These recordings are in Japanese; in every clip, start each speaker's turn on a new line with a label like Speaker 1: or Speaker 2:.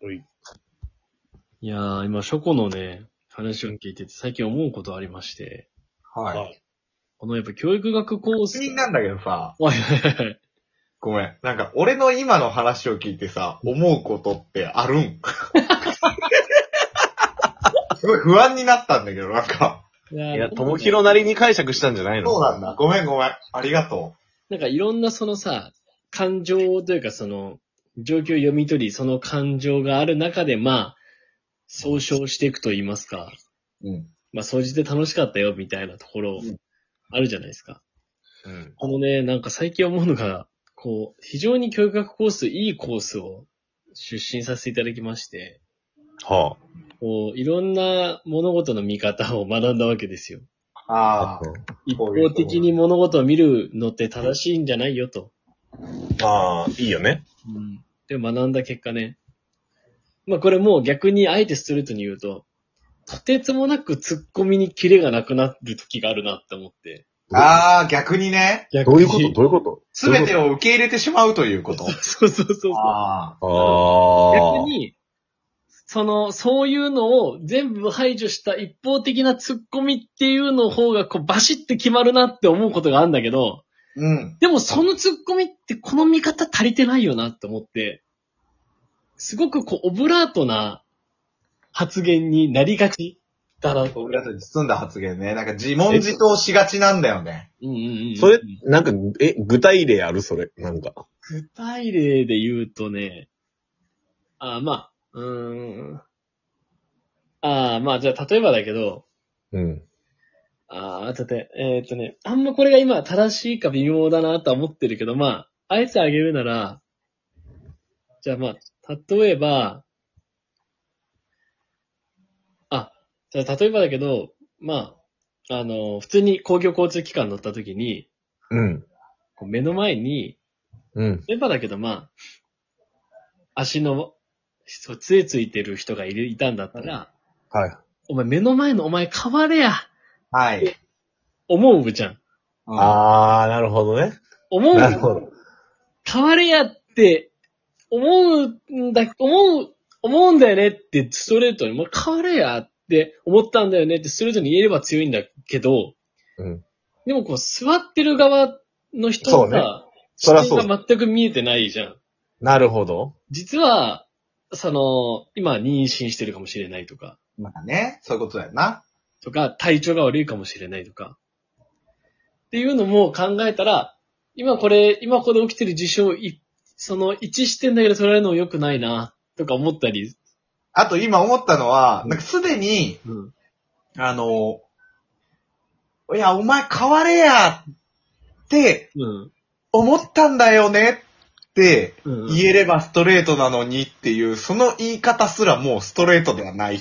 Speaker 1: はい。
Speaker 2: いやー、今、ショコのね、話を聞いてて、最近思うことありまして、
Speaker 1: は。
Speaker 3: はい
Speaker 2: このやっぱ教育学コー
Speaker 3: い。
Speaker 2: ス
Speaker 3: 不、倫なんだけどさ、
Speaker 2: はいはいはい。
Speaker 3: ごめん。なんか、俺の今の話を聞いてさ、思うことってあるん すごい不安になったんだけど、なんか。
Speaker 2: いや
Speaker 1: いや、ともひろなりに解釈したんじゃないの
Speaker 3: そうなんだ。ごめんごめん。ありがと
Speaker 2: なんかいろんなそのさ、感情というかその、状況を読み取り、その感情がある中で、まあ、総称していくと言いますか、
Speaker 3: う。うん。
Speaker 2: まあ、総じて楽しかったよ、みたいなところ
Speaker 3: うん、
Speaker 2: あるじゃないですか。
Speaker 3: うん。
Speaker 2: このね、なんか最近思うのが、こう、非常に教育学コース、いいコースを出身させていただきまして、
Speaker 1: は
Speaker 2: こう、いろんな物事の見方を学んだわけですよ。
Speaker 3: あ
Speaker 2: 一
Speaker 3: こういう
Speaker 2: 方
Speaker 3: ところ
Speaker 2: 的に物事を見るのって正しいんじゃないよと。
Speaker 1: あ。ああ、いいよね。
Speaker 2: うん。で、学んだ結果ね。まあこれもう逆にあえてストレートに言うと、とてつもなく突っ込みにキレがなくなる時があるなって思って。
Speaker 3: あ。ああ、逆にね、
Speaker 2: 逆
Speaker 1: ど
Speaker 2: に
Speaker 1: ういうことどういうこと
Speaker 3: すべてを受け入れてしまうということ。
Speaker 2: そうそうそうそう。
Speaker 3: あ
Speaker 1: ああ。
Speaker 2: 逆に、その、そういうのを全部排除した一方的な突っ込みっていうの方が、こう、バシッて決まるなって思うことがあるんだけど、
Speaker 3: うん。
Speaker 2: でもその突っ込みってこの見方足りてないよなって思って、すごくこう、オブラートな発言になりがちだなと。
Speaker 3: 俺らと包んだ発言ね。なんか自問自答しがちなんだよね。
Speaker 2: うんうんうんうん
Speaker 1: それ、なんか、え、具体例あるそれ。なんか。
Speaker 2: 具体例で言うとね、あまあ、うーん。あまあ、じゃあ例えばだけど、
Speaker 1: うん。
Speaker 2: ああ、だって、えーっとね、あんまこれが今正しいか微妙だなとは思ってるけど、まあ、あえてあげるなら、じゃあまあ、例えば、あ、じゃあ例えばだけど、まあ、あの、普通に公共交通機関乗った時に、
Speaker 1: うん。
Speaker 2: こう目の前に、
Speaker 1: うん。
Speaker 2: 例えばだけどまあ、足の、そう杖ついてる人がいるいたんだったら、
Speaker 1: はい。
Speaker 2: お前目の前のお前変われや、
Speaker 3: はい。
Speaker 2: 思うじゃん。
Speaker 3: あ
Speaker 1: ああ、なるほどね。
Speaker 2: 思う
Speaker 1: なるほど。
Speaker 2: 変われやって、思うんだ、思う、思うんだよねってストレートに、もう変われやって思ったんだよねってストレートに言えれば強いんだけど、
Speaker 1: うん。
Speaker 2: でもこう座ってる側の人が
Speaker 1: そうね
Speaker 2: さ、
Speaker 1: そりゃそうだ
Speaker 2: 視点が全く見えてないじゃん。
Speaker 1: なるほど。
Speaker 2: 実は、その、今妊娠してるかもしれないとか、
Speaker 3: まあね、そういうことだよな。
Speaker 2: とか、体調が悪いかもしれないとか、っていうのも考えたら、今これ、今ここで起きてる事象をい、その一視点だけで捉えるのも良くないな、とか思ったり、
Speaker 3: あと今思ったのは、なんかすでに、
Speaker 2: うん。
Speaker 3: あの、いや、お前変われやって
Speaker 2: うん。
Speaker 3: 思ったんだよねって
Speaker 2: うん、
Speaker 3: 言えればストレートなのにっていう、その言い方すらもうストレートでは ない。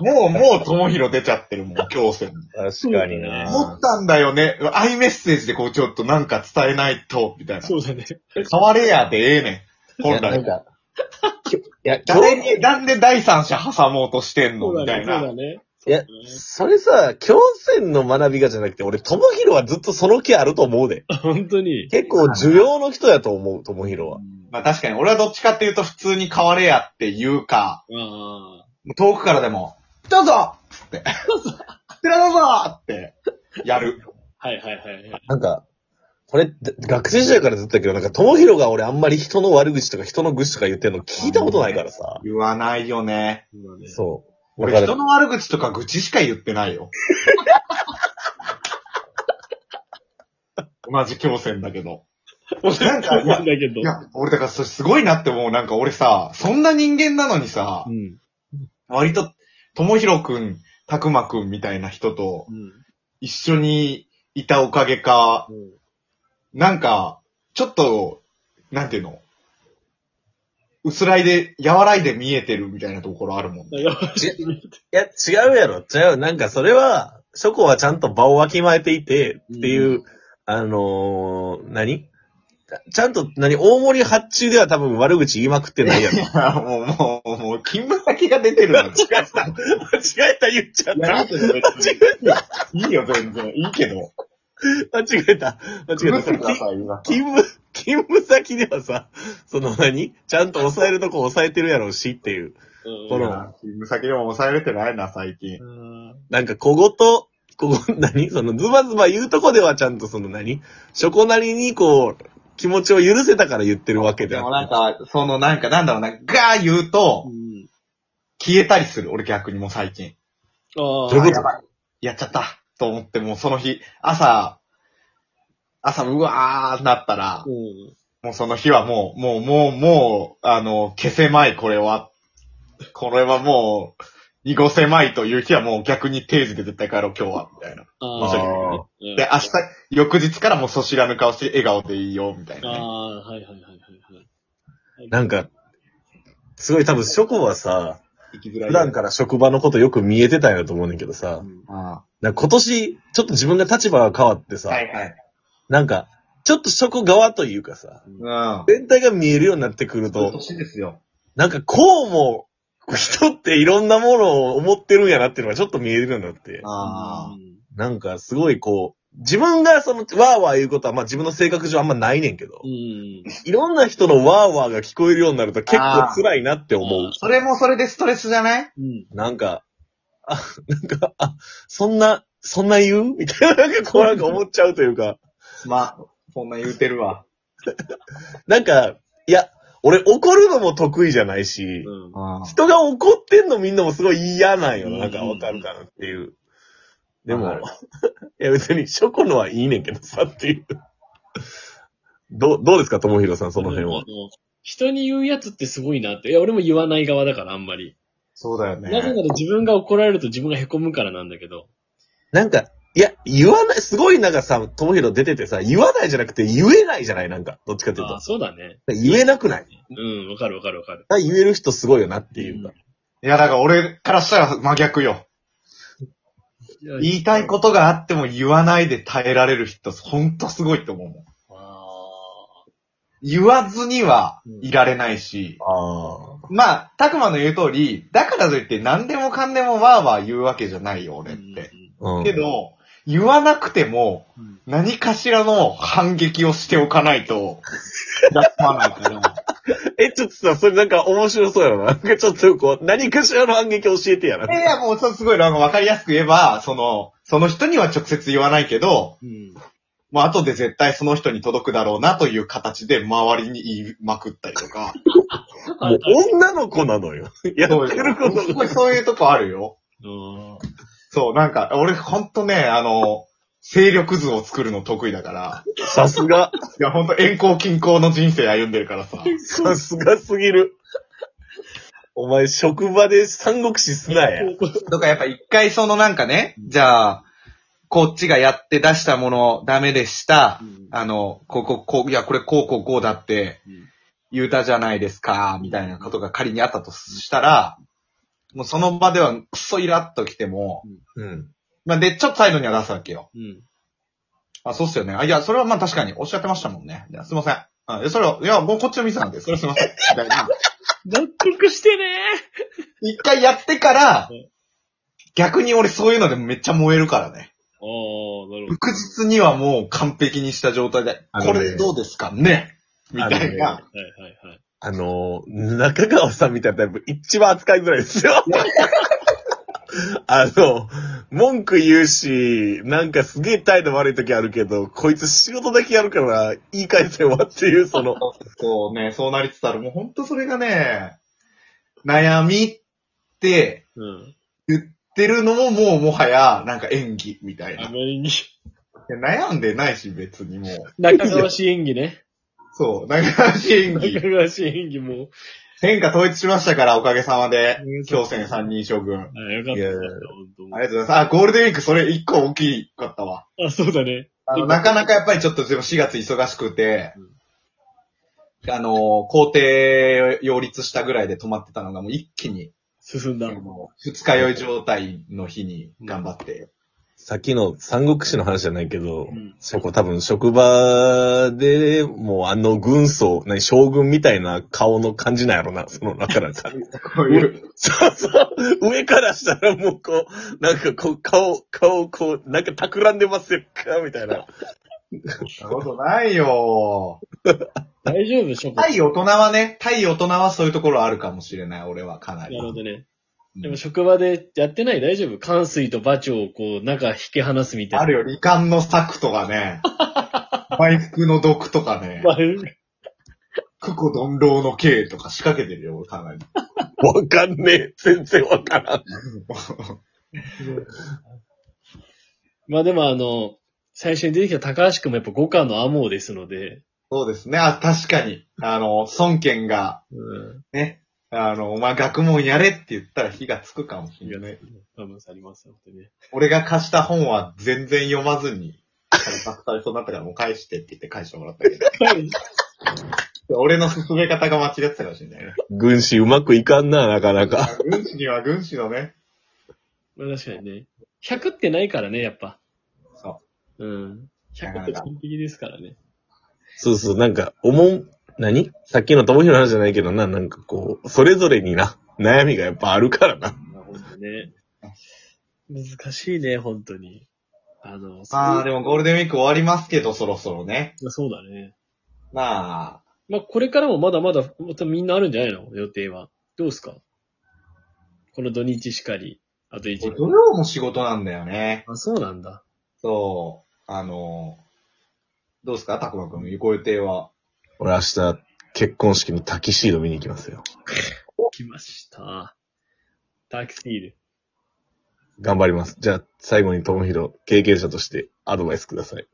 Speaker 3: もう、もう、ともひろ出ちゃってるもん、強制。
Speaker 1: 確
Speaker 2: か
Speaker 1: か
Speaker 2: に
Speaker 1: に
Speaker 2: な
Speaker 1: な。
Speaker 3: 思ったんだよね。アイメッセージでこうちょっとなんか伝えないと、みたいな。
Speaker 2: そうだね。
Speaker 3: 変われやでええねん。本
Speaker 1: なん
Speaker 3: 来。
Speaker 1: か、いや、教
Speaker 3: 誰に、なんで第三者挟もうとしてんの
Speaker 2: そう
Speaker 3: み
Speaker 2: だ
Speaker 3: た
Speaker 2: ね。
Speaker 3: い
Speaker 2: そう
Speaker 3: な。
Speaker 2: だね。
Speaker 1: いや、それさ、狂戦の学びがじゃなくて、俺、ともひろはずっとその気あると思うで。
Speaker 2: 本当に。
Speaker 1: 結構、需要の人やと思う、ともひろは。
Speaker 3: まあ確かに、俺はどっちかっていうと普通に変われやって言うか、
Speaker 2: ああ。
Speaker 3: 遠くからでも、どうぞって。どうぞって、やる。
Speaker 2: はいはいはいはい。
Speaker 1: なんか、これ、だ学生時代からずっとだけど、なんか、ともひろが俺あんまり人の悪口とか人の愚痴とか言ってるの聞いたことないからさ。
Speaker 3: 言わないよね。
Speaker 2: そうだね
Speaker 1: そう。
Speaker 3: 俺
Speaker 1: だから
Speaker 3: 人の悪口とか愚痴しか言ってないよ。 同じ強戦だけど。なんか、い
Speaker 2: な
Speaker 3: や
Speaker 2: んだ、けど
Speaker 3: い。や俺だからそれすごいなって思う。なんか俺さ、そんな人間なのにさ、
Speaker 2: うん。
Speaker 3: 割と、ともひろくん、たくまくんみたいな人と
Speaker 2: うん。
Speaker 3: 一緒にいたおかげか、なんか、ちょっと、なんていうの薄らいで、和らいで見えてるみたいなところあるもん。
Speaker 2: だから
Speaker 1: ちいや、違うやろ、違う。なんか、それは、ショコはちゃんと場をわきまえていて、っていう、
Speaker 2: う
Speaker 1: あのー、何ちゃんと、何大盛り発注では多分悪口言いまくってないやろ。
Speaker 3: いやもう、もう、もう、金紫が出てるのよ。
Speaker 1: 間違えた。間違えた、言っちゃっ
Speaker 3: いや
Speaker 1: た。
Speaker 3: いいけど別にいいよ、全然。いいけど。
Speaker 1: 間違えた。間違え
Speaker 3: くだ
Speaker 1: た。
Speaker 3: さい、皆さん。
Speaker 1: 勤務、勤務先ではさ、その何ちゃんと抑えるとこ抑えてるやろうしっていう。
Speaker 3: ほ
Speaker 1: こ
Speaker 3: ら
Speaker 1: の、
Speaker 3: 勤務先でも抑えれてないな、最近。
Speaker 2: うん
Speaker 1: なんか小言、ここ、 何そのズバズバ言うとこではちゃんとその何そこなりにこう、気持ちを許せたから言ってるわけで
Speaker 3: で
Speaker 1: あ
Speaker 3: も
Speaker 1: っ
Speaker 3: なんか、そのなんか、なんだろうな、ガー言うと、
Speaker 2: うん
Speaker 3: 消えたりする、俺逆にもう最近。
Speaker 2: あ
Speaker 1: どう
Speaker 2: あ
Speaker 3: あ
Speaker 1: いうこと
Speaker 3: やばい。やっちゃった。と思って、もうその日、朝、朝、うわーなったら、
Speaker 2: うん
Speaker 3: もうその日はもう、もう、もう、もう、あの、消せまい、これは。これはもう、濁せまいという日はもう逆に定時で絶対帰ろう、今日は、みたいな。
Speaker 1: た。
Speaker 3: あー
Speaker 2: あ
Speaker 1: ああ
Speaker 2: ー
Speaker 3: で、明日、翌日からもうそしらぬ顔して笑顔でいいよ、みたい
Speaker 2: あ
Speaker 3: な、ね。
Speaker 2: あ、はいはいはいはい。
Speaker 1: なん
Speaker 2: か、
Speaker 1: か、すごい多分、ショコはさ、
Speaker 3: 生きづらい。
Speaker 1: 普段から職場のことよく見えてたんやと思うねんけどさ、
Speaker 3: あ
Speaker 1: なんか今年、ちょっと自分が立場が変わって
Speaker 3: あ
Speaker 1: さ、
Speaker 3: はいはい。
Speaker 1: なんか、ちょっとショコ側というかさ、
Speaker 3: うん。
Speaker 1: 全体が見えるようになってくると、
Speaker 3: 年ですよ。
Speaker 1: なんかこうも、人っていろんなものを思ってるんやなっていうのがちょっと見えるようになって。
Speaker 3: あ
Speaker 1: なんかすごいこう、自分がその、わーわー言うことは、まあ自分の性格上あんまないねんけど
Speaker 2: う、ん。
Speaker 1: いろんな人のわーわーが聞こえるようになると結構辛いなって思う
Speaker 2: あー。
Speaker 3: あ。それもそれでストレスじゃない
Speaker 2: うん。
Speaker 1: なんか、あ、なんか、あ、そんな、そんな言うみたいな、なんかこうなんか思っちゃうというか、
Speaker 3: まあ、そんな言うてるわ。
Speaker 1: なんか、いや、俺怒るのも得意じゃないし、
Speaker 2: うん。
Speaker 3: あ
Speaker 1: 人が怒ってんのみんなもすごい嫌なんよ。なんか
Speaker 2: うん
Speaker 1: わかるかなっていう。で
Speaker 3: わ
Speaker 1: も
Speaker 3: かる、
Speaker 1: いや別に、ショコのはいいねんけどさっていう。どう、どうですか、ともひろさん、その辺
Speaker 2: あ
Speaker 1: は。
Speaker 2: 人に言うやつってすごいなって。いや、俺も言わない側だから、あんまり。
Speaker 3: そうだよ
Speaker 2: なぜなら
Speaker 3: ね。
Speaker 2: 自分が怒られると自分が凹むからなんだけど。
Speaker 1: なんか、いや、言わない、すごいなんかさ、ともひろ出ててさ、言わないじゃなくて言えないじゃないなんか、どっちかという
Speaker 2: あ
Speaker 1: と
Speaker 2: あ、。そうだね。
Speaker 1: 言えなくない
Speaker 2: うん、わかるわかるわかる。
Speaker 1: 言える人すごいよなっていうか。
Speaker 3: いや、だから俺からしたら真逆よ。言いたい
Speaker 2: と。
Speaker 3: ことがあっても言わないで耐えられる人、ほんとすごいと思うもん。
Speaker 2: あ
Speaker 3: 言わずにはいられないし、
Speaker 1: ああ。
Speaker 3: まあ、たくまの言う通り、だからといって何でもかんでもわーわー言うわけじゃないよ、
Speaker 2: あ。
Speaker 3: 俺って。
Speaker 1: うん。
Speaker 3: けど、言わなくても、
Speaker 2: うん、
Speaker 3: 何かしらの反撃をしておかない と、やっまないから。
Speaker 1: え、ちょっとさ、それなんか面白そうやろな。なんかちょっとこう、何かしらの反撃教えてやな。
Speaker 3: いやいや、もうそうすごい、なんかわかりやすく言えば、その、その人には直接言わないけど、
Speaker 2: うん。
Speaker 3: もう後で絶対その人に届くだろうなという形で周りに言いまくったりと か。
Speaker 1: もう女の子なのよ。やってるこ
Speaker 3: そう
Speaker 1: と
Speaker 3: すご
Speaker 1: が
Speaker 3: い。そういうとこあるよ。
Speaker 2: うん。
Speaker 3: そう、なんか、俺ほんとね、あの、勢力図を作るの得意だから、
Speaker 1: さすが。
Speaker 3: いやほんと遠行近行の人生歩んでるからさ。
Speaker 1: さすがすぎる。お前、職場で三国志すなや。
Speaker 3: とかやっぱ一回そのなんかね、じゃあ、こっちがやって出したものダメでした。あの、こうこうこう、いやこれこうこうこうだって言うたじゃないですか、みたいなことが仮にあったとしたら、もうその場ではクソイラッと来ても、
Speaker 1: うん。
Speaker 3: まあ、で、ちょっと態度には出すわけよ。
Speaker 2: うん。
Speaker 3: あ、そうっすよね。あ、いや、それはまあ確かにおっしゃってましたもんね。いやすいません。あいや、それは、いや、もうこっちのミスなんで、それはすいません。みたいな。
Speaker 2: 納得してね
Speaker 3: 一回やってから
Speaker 2: うん、
Speaker 3: 逆に俺そういうのでめっちゃ燃えるからね。
Speaker 2: ああ、なるほど。
Speaker 3: 翌日にはもう完璧にした状態で、
Speaker 1: あの
Speaker 3: こ
Speaker 1: ね
Speaker 3: れどうですかねみた
Speaker 1: あ
Speaker 3: い
Speaker 1: のね
Speaker 3: な。
Speaker 2: はいはいはい。
Speaker 1: あのー、中川さんみたいなタイプ、一番扱いづらいですよ。あの、文句言うし、なんかすげえ態度悪い時あるけど、こいつ仕事だけやるから、言い返せよっていう、その、
Speaker 3: そうね、そうなりつつある。もうほんとそれがね、悩みって
Speaker 2: うん。
Speaker 3: 言ってるのももうもはや、なんか演技みたいな。
Speaker 2: あ
Speaker 3: い
Speaker 2: まりに。
Speaker 3: や悩んでないし別にもう。
Speaker 2: 中川氏演技ね。
Speaker 3: そう、なんか演技
Speaker 2: 中。川氏演技も。
Speaker 3: 天下統一しましたから、おかげさまで
Speaker 2: うん。
Speaker 3: 京戦三人将
Speaker 2: あ、
Speaker 3: 軍。
Speaker 2: よかった
Speaker 1: いやいや
Speaker 2: よかった。本当
Speaker 3: ありがとうございます。あ、ゴールデンウィーク、それ一個大きかったわ。
Speaker 2: あ、そうだね。
Speaker 3: あの、なかなかやっぱりちょっとでも4月忙しくて、あの、皇帝擁立したぐらいで止まってたのが、もう一気に、
Speaker 2: 進ん
Speaker 3: あ
Speaker 2: だ。
Speaker 3: の二日酔い状態の日に頑張って、
Speaker 1: さっきの三国志の話じゃないけど、
Speaker 2: うん
Speaker 1: そこ多分職場で、もうあの軍曹、何、将軍みたいな顔の感じなんやろな、その、だからさ。
Speaker 3: こういう。
Speaker 1: そうそう。上からしたらもうこう、なんかこう、顔、顔、こう、なんか企んでますよ、か、みたいな。
Speaker 3: そんなことないよ。
Speaker 2: 大丈夫、ショコ。
Speaker 3: 対大人はね、対大人はそういうところあるかもしれない、俺はかな
Speaker 2: な
Speaker 3: り。
Speaker 2: るほどね。
Speaker 3: うん
Speaker 2: でも職場でやってない大丈夫関水と馬長をこう、中引き離すみたいな。
Speaker 3: あるよ、罹患の策と かね。回復の毒とかね。
Speaker 2: まあうん
Speaker 3: クコ鈍郎の刑とか仕掛けてるよ、俺かなり。
Speaker 1: わかんねえ。全然わからん。
Speaker 2: まあでもあの、最初に出てきた高橋くんもやっぱ五感のアモーですので、
Speaker 3: そうですね。あ、確かに。あの、孫権が、
Speaker 2: うん。
Speaker 3: ね、あの、お前学問やれって言ったら火がつくかもし
Speaker 2: い
Speaker 3: れ
Speaker 2: や
Speaker 3: ない
Speaker 2: ね。、多分ありますよね。
Speaker 3: 俺が貸した本は全然読まずに、借りされそうになったからもう返してって言って返してもらったけど。俺の進め方が間違ってたかもしれないね。
Speaker 1: 軍師うまくいかんな、なかなか。
Speaker 3: 軍師には軍師のね。
Speaker 2: まあ確かにね。100ってないからね、やっぱ。。
Speaker 3: そう
Speaker 2: うん。100って完璧ですからね。
Speaker 1: そうそう、なんか、おもん、何さっきの友広の話じゃないけどな、なんかこう、それぞれにな、悩みがやっぱあるからな。
Speaker 2: まあ本当ね。難しいね、本当に。あの、
Speaker 3: まあ
Speaker 2: そう
Speaker 3: でもゴールデンウィーク終わりますけど、そろそろね。
Speaker 2: そうだね。
Speaker 3: まあ、
Speaker 2: まあ、これからもまだまだ、またみんなあるんじゃないの予定は。どうすかこの土日しかり、あと一
Speaker 3: 俺
Speaker 2: 日。
Speaker 3: 土曜も仕事なんだよね。
Speaker 2: あ、そうなんだ。
Speaker 3: そう、あの、どうですかたくまくん、行こう予定は。
Speaker 1: 俺明日、結婚式のタキシード見に行きますよ。
Speaker 2: 来ました。タクシール。
Speaker 1: 頑張ります。じゃあ、最後に友広、経験者としてアドバイスください。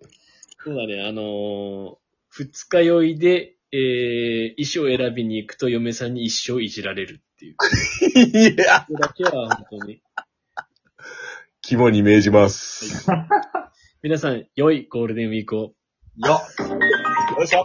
Speaker 2: そうだね、あのー二日酔いで、えー、衣装選びに行くと嫁さんに一生いじられる っていう。
Speaker 1: いや、
Speaker 2: それだけは本当に。
Speaker 1: 肝に銘じます。
Speaker 2: 皆さん、良いゴールデンウィークを。
Speaker 3: よっ
Speaker 1: よいしょ。